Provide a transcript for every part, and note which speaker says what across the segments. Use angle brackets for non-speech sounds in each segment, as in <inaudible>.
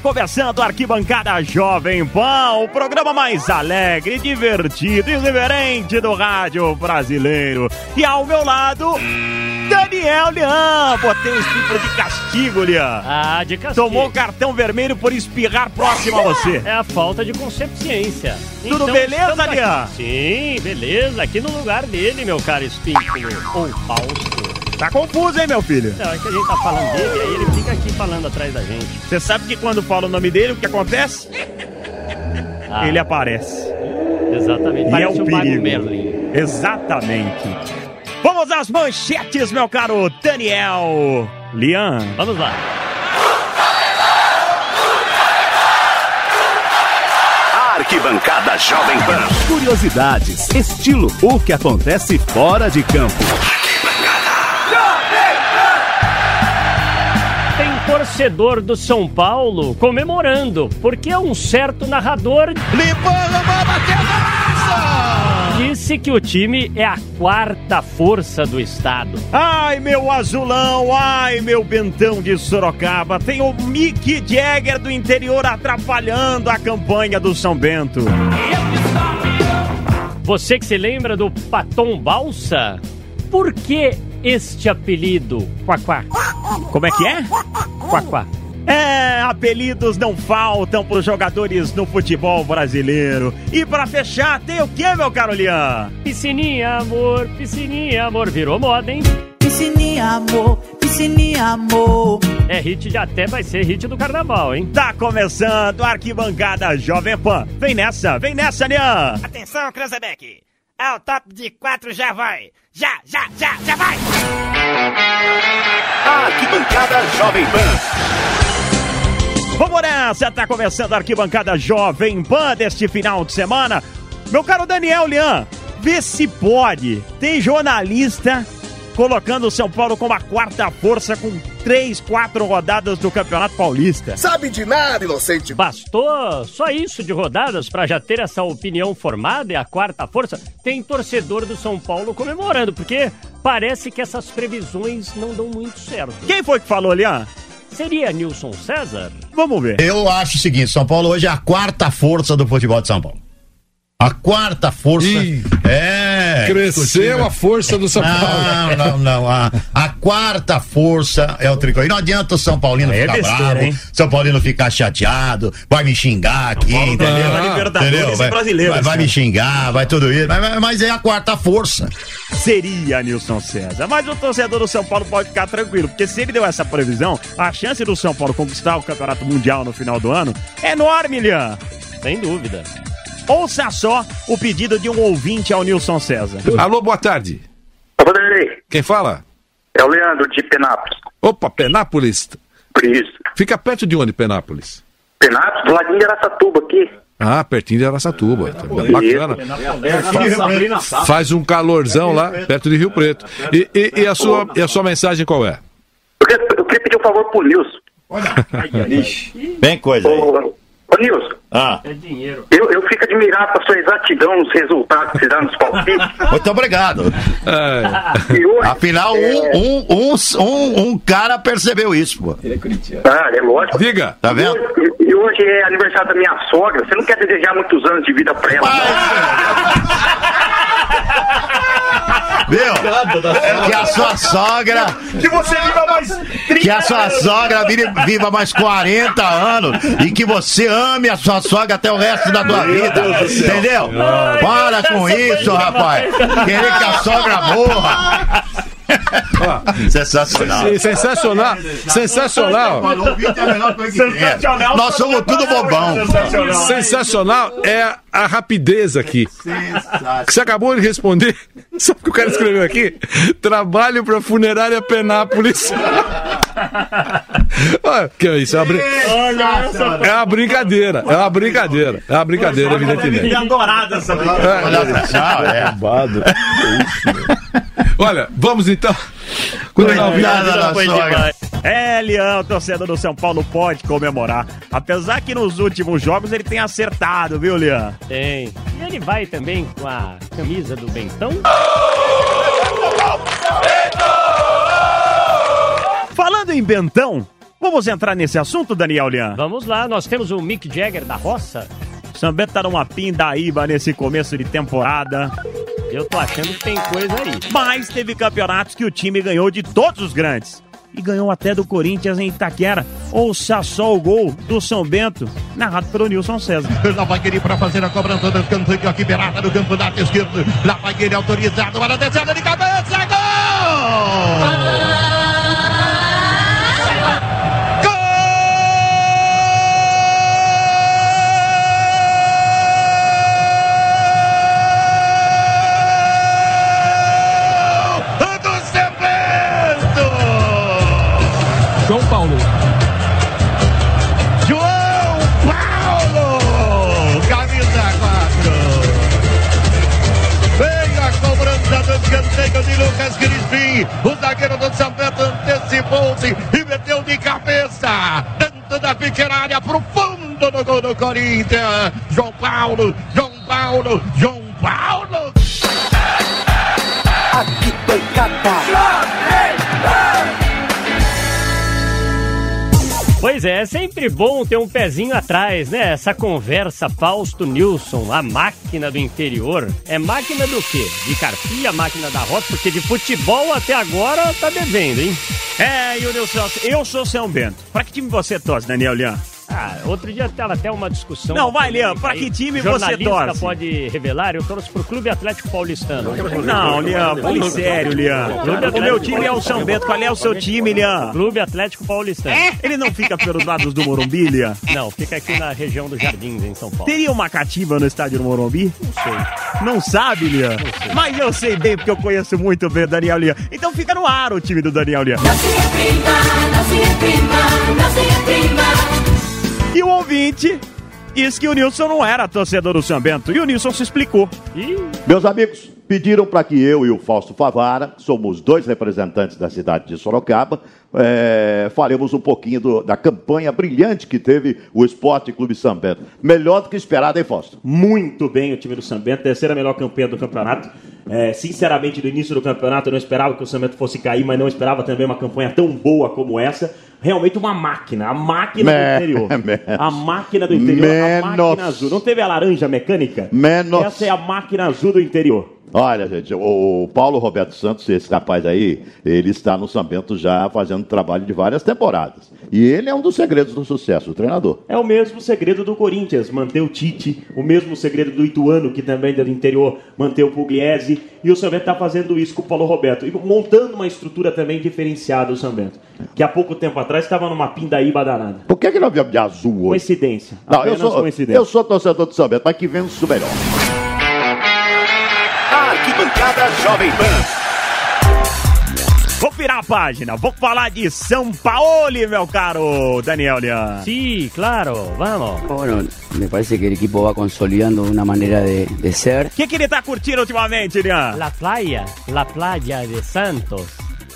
Speaker 1: começando a Tá Arquibancada Jovem Pan, o programa mais alegre, divertido e diferente do rádio brasileiro. E ao meu lado, Daniel Leão. Botei o espírito de castigo, Leão.
Speaker 2: Ah, de castigo.
Speaker 1: Tomou um cartão vermelho por espirrar próximo a você.
Speaker 2: É a falta de consciência.
Speaker 1: Tudo beleza,
Speaker 2: estamos aqui.
Speaker 1: Lian?
Speaker 2: Sim, beleza. Aqui no lugar dele, meu caro espínculo. Ou falso.
Speaker 1: Tá confuso, hein, meu filho?
Speaker 2: Não, é que a gente tá falando dele, aí ele fica aqui falando atrás da gente.
Speaker 1: Você sabe que quando fala o nome dele, o que acontece?
Speaker 2: Ah,
Speaker 1: Ele aparece.
Speaker 2: Exatamente.
Speaker 1: E
Speaker 2: Parece
Speaker 1: é um
Speaker 2: o
Speaker 1: perigo.
Speaker 2: Mario Merlin.
Speaker 1: Exatamente. Vamos às manchetes, meu caro Daniel Lian.
Speaker 2: Vamos lá.
Speaker 3: Arquibancada Jovem Pan.
Speaker 4: Curiosidades, estilo, o que acontece fora de campo.
Speaker 2: Tem torcedor do São Paulo comemorando, porque um certo narrador
Speaker 1: Ah.
Speaker 2: disse que o time é a quarta força do estado.
Speaker 1: Ai, meu azulão, ai, meu bentão de Sorocaba. Tem o Mick Jagger do interior atrapalhando a campanha do São Bento.
Speaker 2: Você que se lembra do Patom Balsa? Por que este apelido? Quaquá,
Speaker 1: Como é que é?
Speaker 2: quaquá.
Speaker 1: É, apelidos não faltam para os jogadores no futebol brasileiro. E para fechar, tem o que, meu caro Lian?
Speaker 2: Piscininha, amor, piscininha, amor. Virou moda, hein?
Speaker 5: Piscininha, amor, piscininha, amor.
Speaker 2: É hit de até, vai ser hit do carnaval, hein?
Speaker 1: Tá começando a arquibancada Jovem Pan. Vem nessa, vem nessa, Lian!
Speaker 6: Atenção, Cranzebeck! Ao top de quatro já vai! Já, já, já, já vai!
Speaker 3: Arquibancada Jovem Pan.
Speaker 1: Vamos nessa, tá começando a arquibancada Jovem Pan deste final de semana. Meu caro Daniel Lian, vê se pode. Tem jornalista colocando o São Paulo como a quarta força com três, quatro rodadas do Campeonato Paulista.
Speaker 3: Sabe de nada, inocente.
Speaker 2: Bastou só isso de rodadas pra já ter essa opinião formada e a quarta força? Tem torcedor do São Paulo comemorando, porque parece que essas previsões não dão muito certo.
Speaker 1: Quem foi que falou, Lian?
Speaker 2: Seria Nilson César?
Speaker 1: Vamos ver.
Speaker 7: Eu acho o seguinte, São Paulo hoje é a quarta força do futebol de São Paulo. A quarta força
Speaker 8: Ih,
Speaker 7: é.
Speaker 8: Cresceu a força do São Paulo.
Speaker 7: Não, não, não. A, a quarta força é o tricolor. E não adianta o São Paulino
Speaker 1: É
Speaker 7: ficar
Speaker 1: besteira,
Speaker 7: bravo,
Speaker 1: hein?
Speaker 7: São Paulino ficar chateado, vai me xingar aqui, entendeu?
Speaker 1: leva tá a Libertadores e
Speaker 7: Vai,
Speaker 1: Brasileiros,
Speaker 7: vai- vai
Speaker 1: cara.
Speaker 7: me xingar, vai tudo isso. Mas- mas- mas é a quarta força.
Speaker 1: Seria Nilson César. Mas o torcedor do São Paulo pode ficar tranquilo, porque se ele deu essa previsão, a chance do São Paulo conquistar o Campeonato Mundial no final do ano é enorme, Lian.
Speaker 2: Sem dúvida.
Speaker 1: Ouça só o pedido de um ouvinte ao Nilson César.
Speaker 8: Alô, boa tarde.
Speaker 9: Ô, Vanderlei,
Speaker 8: Quem fala?
Speaker 9: é o Leandro de Penápolis.
Speaker 8: Opa, Penápolis.
Speaker 9: Por isso.
Speaker 8: Fica perto de onde, Penápolis?
Speaker 9: Penápolis, do ladinho de Araçatuba aqui. Ah,
Speaker 8: Ah, pertinho de Araçatuba. Tá Bacana. Faz um calorzão lá, perto de Rio Preto. E, e- e a, sua, e a sua mensagem qual é?
Speaker 9: Eu queria, eu queria pedir um favor pro Nilson.
Speaker 4: Bem coisa aí.
Speaker 9: Ô, ô Nilson,
Speaker 4: Ah,
Speaker 9: eu, eu fico admirado com a sua exatidão nos resultados que você dá nos palpites.
Speaker 7: Muito obrigado.
Speaker 8: É,
Speaker 9: E hoje,
Speaker 7: Afinal, um, um, um, um, um cara percebeu isso, pô.
Speaker 9: ah, é lógico.
Speaker 8: diga.
Speaker 7: Tá vendo?
Speaker 9: E- E hoje é aniversário da minha sogra. Você não quer desejar muitos anos de vida pra ela? não?
Speaker 7: Viu? Que a sua sogra. Que você viva mais. Que a sua sogra vire- viva mais 40 anos e que você ame a sua sogra até o resto da sua vida. Entendeu? Para com isso, rapaz. Querer que a sogra morra. Sensacional.
Speaker 8: Sim, Sensacional, sensacional.
Speaker 7: é
Speaker 1: Sensacional.
Speaker 7: Nós somos tudo bobão.
Speaker 8: Sensacional é a rapidez aqui. Você acabou de responder. <laughs> Sabe o que o cara escreveu aqui? Trabalho para funerária Penápolis. <laughs> Olha, que isso é uma, brin- é uma brincadeira. É uma brincadeira. É uma brincadeira, evidentemente.
Speaker 1: adorada essa
Speaker 7: Olha só, é.
Speaker 8: Olha, vamos então. Continuar o vídeo.
Speaker 7: Coitada da sogra.
Speaker 1: É, Leão, o torcedor do São Paulo pode comemorar. Apesar que nos últimos jogos ele tem acertado, viu, Leão?
Speaker 2: Tem. E ele vai também com a camisa do Bentão?
Speaker 1: Falando em Bentão, Vamos entrar nesse assunto, Daniel Lian?
Speaker 2: Vamos lá, nós temos o Mick Jagger da roça.
Speaker 1: Sambento tá numa pindaíba nesse começo de temporada.
Speaker 2: Eu tô achando que tem coisa aí.
Speaker 1: Mas teve campeonatos que o time ganhou de todos os grandes. E ganhou até do Corinthians em Itaquera. Ouça só o gol do São Bento, narrado pelo Nilson César.
Speaker 7: Lá vai ele para fazer a cobrança do canto aqui, beirada do campo da esquerda. Lá vai ele autorizado, para a descida de cabeça, gol!
Speaker 10: João Paulo.
Speaker 7: João Paulo! Camisa 4. Veio a cobrança do escanteio de Lucas Crispim. O zagueiro do São Bento antecipou-se e meteu de cabeça dentro da pequena área pro fundo do gol do Corinthians. João Paulo, João Paulo, João Paulo! Aqui pancada!
Speaker 2: Pois é, é sempre bom ter um pezinho atrás, né? Essa conversa Fausto Nilson, a máquina do interior. É máquina do quê? De carpia, máquina da roça, porque de futebol até agora tá devendo, hein?
Speaker 1: É, e o Nilson, eu sou São Bento. Pra que time você torce, Daniel Lian?
Speaker 2: Ah, outro dia tava até uma discussão.
Speaker 1: Não, vai, Lian, pra que time você
Speaker 2: Jornalista
Speaker 1: torce?
Speaker 2: pode revelar, eu torço pro Clube Atlético Paulistano.
Speaker 1: Não, Lian, fale sério, Lian. O meu time é o São Bento. Qual é o seu time, Lian?
Speaker 2: Clube Atlético Paulistano.
Speaker 1: Ele não fica pelos lados do Morumbi, Lian?
Speaker 2: Não, fica aqui na região dos Jardins, em São Paulo.
Speaker 1: Teria uma cativa no estádio do Morumbi? Não sei. Não sabe, Lian? Mas eu sei bem, porque eu conheço muito bem o Daniel Lian. Então fica no ar o time do Daniel Lian. E o ouvinte disse que o Nilson não era torcedor do São Bento. E o Nilson se explicou.
Speaker 11: Meus amigos, pediram para que eu e o Fausto Favara, que somos dois representantes da cidade de Sorocaba, eh, faremos um pouquinho do- da campanha brilhante que teve o Esporte Clube São Bento. Melhor do que esperado, hein, Fausto?
Speaker 12: muito bem o time do São Bento, terceira melhor campanha do campeonato. É, sinceramente, no início do campeonato eu não esperava que o São Bento fosse cair, mas não esperava também uma campanha tão boa como essa. Realmente uma máquina, a máquina
Speaker 11: Me-
Speaker 12: do interior.
Speaker 11: me-
Speaker 12: A máquina do interior, a
Speaker 11: Menos.
Speaker 12: máquina azul. Não teve a laranja mecânica?
Speaker 11: Menos.
Speaker 12: Essa é a máquina azul do interior.
Speaker 11: Olha, gente, o Paulo Roberto Santos, esse rapaz aí, ele está no São Bento já fazendo trabalho de várias temporadas. E ele é um dos segredos do sucesso, o treinador.
Speaker 12: É o mesmo segredo do Corinthians, manter o Tite, o mesmo segredo do Ituano, que também é do interior, manter o Pugliese, e o São Bento está fazendo isso com o Paulo Roberto, e montando uma estrutura também diferenciada do São Bento, que há pouco tempo atrás estava numa pindaíba danada.
Speaker 11: Por que, que nós viemos de azul hoje?
Speaker 12: Coincidência.
Speaker 11: Não, eu
Speaker 12: Apenas
Speaker 11: sou,
Speaker 12: coincidência.
Speaker 11: eu sou torcedor do São Bento, mas que vença o melhor.
Speaker 4: Arquibancada Jovem Pan.
Speaker 1: Vou virar a página, vou falar de São Paulo, meu caro Daniel Lian.
Speaker 2: Sí, claro, vamos.
Speaker 9: Bueno, me parece que el equipo va consolidando una manera de, de ser.
Speaker 1: O que, que ele tá curtindo ultimamente, Lian?
Speaker 2: La Playa, La Playa de Santos.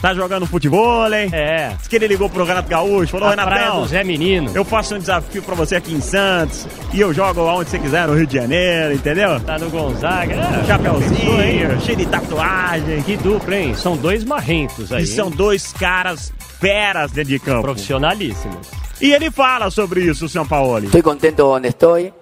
Speaker 1: Tá jogando futebol, hein?
Speaker 2: É.
Speaker 1: Diz que ele ligou pro Renato Gaúcho, falou,
Speaker 2: A praia
Speaker 1: Renatão,
Speaker 2: do Zé Menino.
Speaker 1: eu faço um desafio pra você aqui em Santos, e eu jogo aonde você quiser, no Rio de Janeiro, entendeu?
Speaker 2: Tá no Gonzaga. É, pensou,
Speaker 1: Chapeuzinho,
Speaker 2: hein?
Speaker 1: cheio de tatuagem.
Speaker 2: Que dupla, hein? São dois marrentos aí.
Speaker 1: E são
Speaker 2: hein?
Speaker 1: dois caras feras dentro de campo.
Speaker 2: Profissionalíssimos.
Speaker 1: E ele fala sobre isso, o São Paulo.
Speaker 9: Estoy contento donde estoy,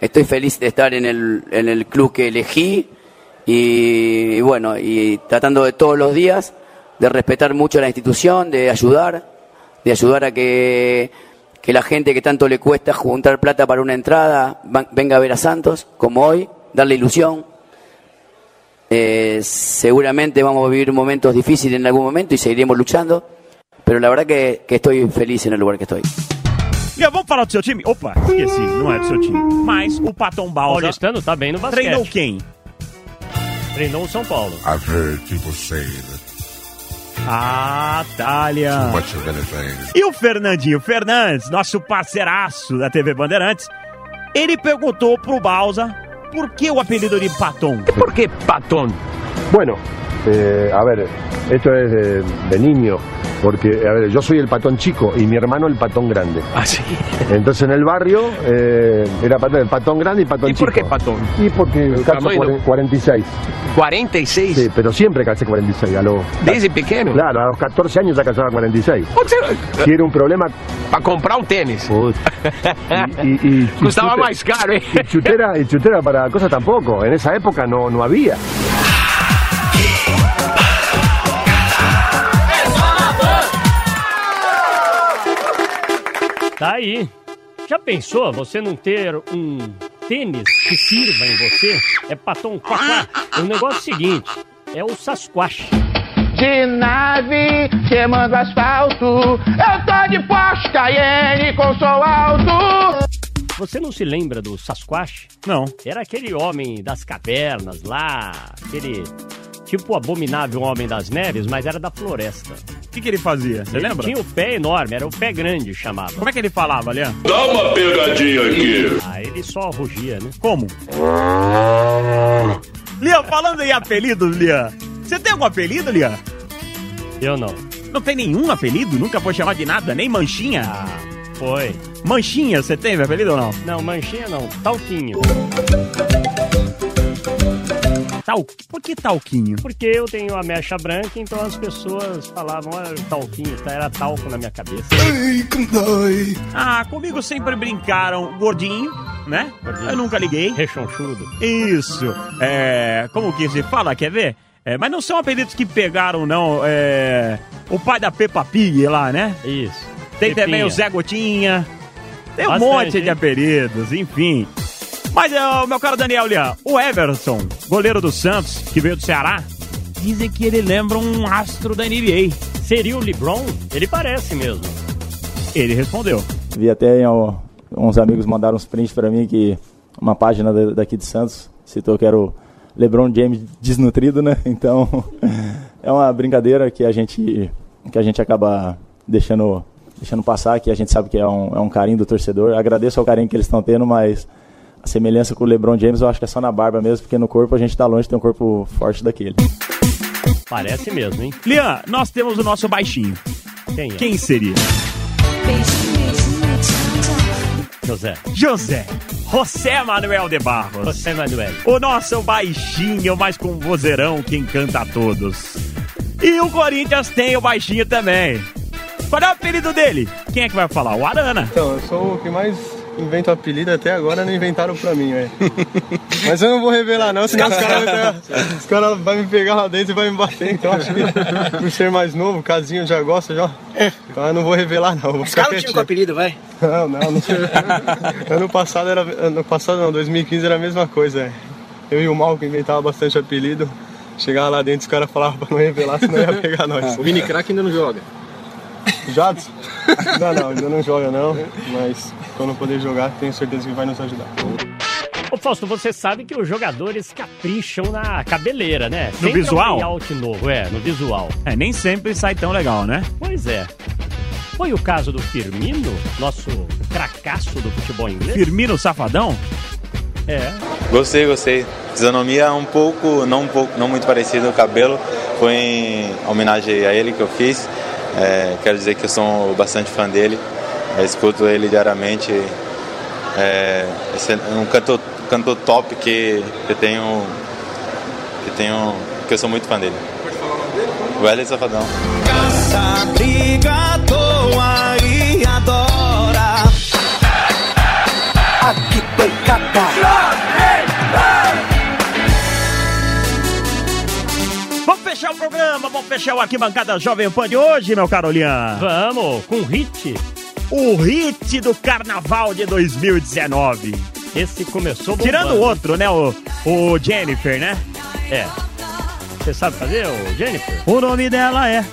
Speaker 9: estoy feliz de estar en el, en el club que elegí y, y bueno, y tratando de todos los días de respetar mucho la institución, de ayudar, de ayudar a que, que la gente que tanto le cuesta juntar plata para una entrada van- venga a ver a Santos, como hoy, darle ilusión. Eh, seguramente vamos a vivir momentos difíciles en algún momento y seguiremos luchando, pero la verdad que- que estoy feliz en el lugar que estoy.
Speaker 1: Lian, vamos falar do seu time? Opa, esqueci, não é do seu time. Mas o Patom Balsa
Speaker 2: Paulistano tá bem no basquete.
Speaker 1: treinou quem?
Speaker 2: Treinou o São Paulo.
Speaker 13: I've heard people say that
Speaker 1: Ah, tá, Lian.
Speaker 13: much of anything.
Speaker 1: E o Fernandinho Fernandes, nosso parceiraço da TV Bandeirantes, ele perguntou pro Balsa por que o apelido de Patom.
Speaker 8: ¿Por qué patón? Bueno, eh, a ver, esto es de, de niño.
Speaker 14: Porque, a ver, yo soy el patón chico y mi hermano el patón grande. Así. Entonces en el barrio eh, era patón, el patón grande y patón chico. ¿Y por qué patón? Y porque calzo
Speaker 15: tamaño.
Speaker 14: cuaren- 46.
Speaker 15: 46.
Speaker 14: Sí, pero siempre calcé 46. A los,
Speaker 15: Desde pequeño.
Speaker 14: claro, a los 14 años ya calzaba 46. Si era un problema.
Speaker 15: Para comprar un tenis. <laughs>
Speaker 14: Y, y
Speaker 15: Custaba
Speaker 14: chute-
Speaker 15: mais caro, hein?
Speaker 14: Y chutera, y chutera para cosas tampoco. En esa época no, no había.
Speaker 2: Tá aí. Já pensou você não ter um tênis que sirva em você? É patom quaquá. O negócio é o seguinte, é o Sasquatch.
Speaker 16: De nave, queimando asfalto. Eu tô de Porsche Cayenne com som alto.
Speaker 2: Você não se lembra do Sasquatch? Não. Era aquele homem das cavernas lá, aquele tipo o abominável homem das neves, mas era da floresta.
Speaker 1: O que, que ele fazia? Você
Speaker 2: Ele
Speaker 1: lembra?
Speaker 2: Tinha o pé enorme, era o pé grande, chamava.
Speaker 1: Como é que ele falava, Leandro?
Speaker 2: Dá uma
Speaker 17: pegadinha aqui.
Speaker 2: Ah, ele só rugia, né?
Speaker 1: Como? Lian, falando em apelidos, Lian. Você tem algum apelido, Lian?
Speaker 2: Eu não.
Speaker 1: Não tem nenhum apelido? Nunca foi chamado de nada? Nem manchinha? Ah,
Speaker 2: foi.
Speaker 1: Manchinha, você teve apelido ou não?
Speaker 2: Não, manchinha não, talquinho.
Speaker 1: Tal... Por que talquinho?
Speaker 2: Porque eu tenho a mecha branca, então as pessoas falavam, olha, talquinho, tá? era talco na minha cabeça.
Speaker 1: Ah, comigo sempre brincaram gordinho, né? Eu nunca liguei.
Speaker 2: Rechonchudo.
Speaker 1: Isso. É. Como que se fala? Quer ver? É, mas não são apelidos que pegaram, não. É. O pai da Peppa Pig lá, né?
Speaker 2: Isso.
Speaker 1: Tem também
Speaker 2: Pepinha.
Speaker 1: o Zé Gotinha. Tem um
Speaker 2: Bastante,
Speaker 1: monte de
Speaker 2: hein?
Speaker 1: apelidos, enfim. Mas, ó, meu caro Daniel Leão, o Everson, goleiro do Santos, que veio do Ceará, dizem que ele lembra um astro da NBA.
Speaker 2: Seria o LeBron? Ele parece mesmo.
Speaker 1: Ele respondeu.
Speaker 18: Vi até em um- uns amigos mandaram uns prints pra mim que uma página da- daqui de Santos citou que era o LeBron James desnutrido, né? Então é uma brincadeira que a gente que a gente acaba deixando deixando passar, que a gente sabe que é um, é um carinho do torcedor. Agradeço ao carinho que eles estão tendo, mas a semelhança com o LeBron James eu acho que é só na barba mesmo, porque no corpo a gente tá longe, tem um corpo forte daquele.
Speaker 2: Parece mesmo, hein?
Speaker 1: Lian, nós temos o nosso baixinho.
Speaker 2: Quem é?
Speaker 1: Quem seria?
Speaker 2: José.
Speaker 1: José. José Manuel de Barros.
Speaker 2: José Manuel.
Speaker 1: O nosso baixinho, mas com vozeirão que encanta a todos. E o Corinthians tem o baixinho também. Qual é o apelido dele? Quem é que vai falar? O Arana.
Speaker 8: Então, eu sou o que mais invento apelido até agora, não inventaram pra mim, velho. Mas eu não vou revelar não, senão os caras vão cara vai me pegar lá dentro e vai me bater. Então acho que por ser mais novo, o casinho já gosta já.
Speaker 19: É.
Speaker 8: Então eu não vou revelar não. Vou ficar
Speaker 19: Escala o time com
Speaker 8: quietinho.
Speaker 19: apelido, vai.
Speaker 8: Não, não, não. Ano passado era. Ano passado não, 2015 era a mesma coisa, é. Eu e o Malco inventava bastante apelido. Chegava lá dentro os caras falavam pra não revelar, senão ia pegar nós.
Speaker 20: Ah, O mini crack ainda não joga.
Speaker 8: Jads? Não, não, ainda não joga não, mas quando poder jogar, tenho certeza que vai nos ajudar.
Speaker 2: Ô Fausto, você sabe que os jogadores capricham na cabeleira, né? Sempre é um
Speaker 1: visual?
Speaker 2: layout novo, é, no visual.
Speaker 1: É, nem sempre sai tão legal, né?
Speaker 2: Pois é. Foi o caso do Firmino, nosso cracaço do futebol inglês?
Speaker 1: Firmino Safadão?
Speaker 2: É.
Speaker 4: Gostei, gostei. Fisionomia um pouco, não um pouco, não muito parecido o cabelo. Foi em homenagem a ele que eu fiz. É, quero dizer que eu sou bastante fã dele. É, escuto ele diariamente. É, esse é um cantor, cantor top que eu tenho, que tenho, que eu sou muito fã dele. Wesley Safadão.
Speaker 5: Essa briga à toa e adora. Aqui tem
Speaker 1: Vamos fechar o programa, vamos fechar o Arquibancada Jovem Pan de hoje, meu caro Lian.
Speaker 2: Vamos, com hit.
Speaker 1: O hit do Carnaval de 2019.
Speaker 2: Esse começou bombando.
Speaker 1: Tirando o outro, né? O, o Jennifer, né?
Speaker 2: É. Você sabe fazer, ô Jennifer?
Speaker 1: O nome dela é...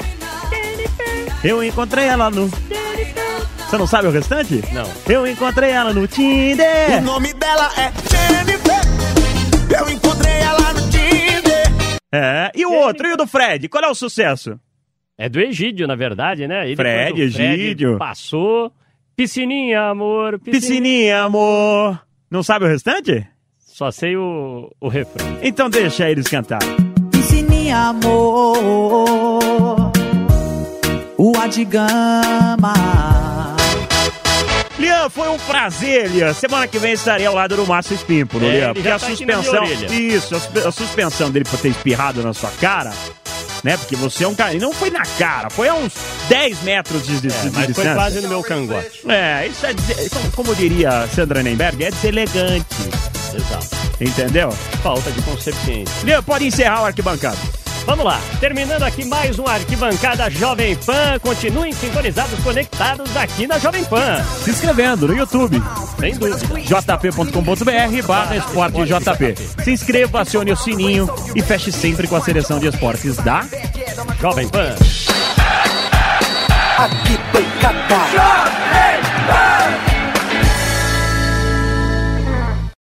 Speaker 1: Eu encontrei ela no... Você não sabe o restante?
Speaker 2: Não.
Speaker 1: Eu encontrei ela no Tinder.
Speaker 5: O nome dela é Jennifer. Eu encontrei ela no Tinder.
Speaker 1: É, e o outro, e o do Fred? Qual é o sucesso?
Speaker 2: É do Egídio, na verdade, né? E depois
Speaker 1: Fred,
Speaker 2: o Fred
Speaker 1: Egídio.
Speaker 2: Passou. Piscininha, amor.
Speaker 1: Piscininha, amor. Não sabe o restante?
Speaker 2: Só sei o, o refrão.
Speaker 1: Então deixa eles cantar.
Speaker 5: Piscininha, amor.
Speaker 19: o Adigama.
Speaker 1: Lian, foi um prazer, Lian. Semana que vem estarei ao lado do Márcio Espímpolo,
Speaker 2: É,
Speaker 1: Lian.
Speaker 2: ele
Speaker 1: Porque
Speaker 2: já
Speaker 1: a
Speaker 2: tá aqui na minha
Speaker 1: suspensão.
Speaker 2: orelha.
Speaker 1: Isso, a, suspe- a suspensão dele por ter espirrado na sua cara. Né? Porque você é um cara. E não foi na cara, foi a uns 10 metros de, de, de
Speaker 2: É, mas foi
Speaker 1: distância.
Speaker 2: quase no meu cangote.
Speaker 1: É, isso é. dese- Como, como diria a Sandra Nemberg, é deselegante.
Speaker 2: Exato.
Speaker 1: Entendeu?
Speaker 2: Falta de consciência.
Speaker 1: Lian, pode encerrar o arquibancado.
Speaker 2: Vamos lá, terminando aqui mais um Arquibancada Jovem Pan. Continuem sintonizados, conectados aqui na Jovem Pan.
Speaker 1: Se inscrevendo no YouTube.
Speaker 2: Sem dúvida.
Speaker 1: jp.com.br barra esporte JP. Se inscreva, acione o sininho e feche sempre com a seleção de esportes da Jovem Pan.
Speaker 19: Arquibancada. Jovem Pan.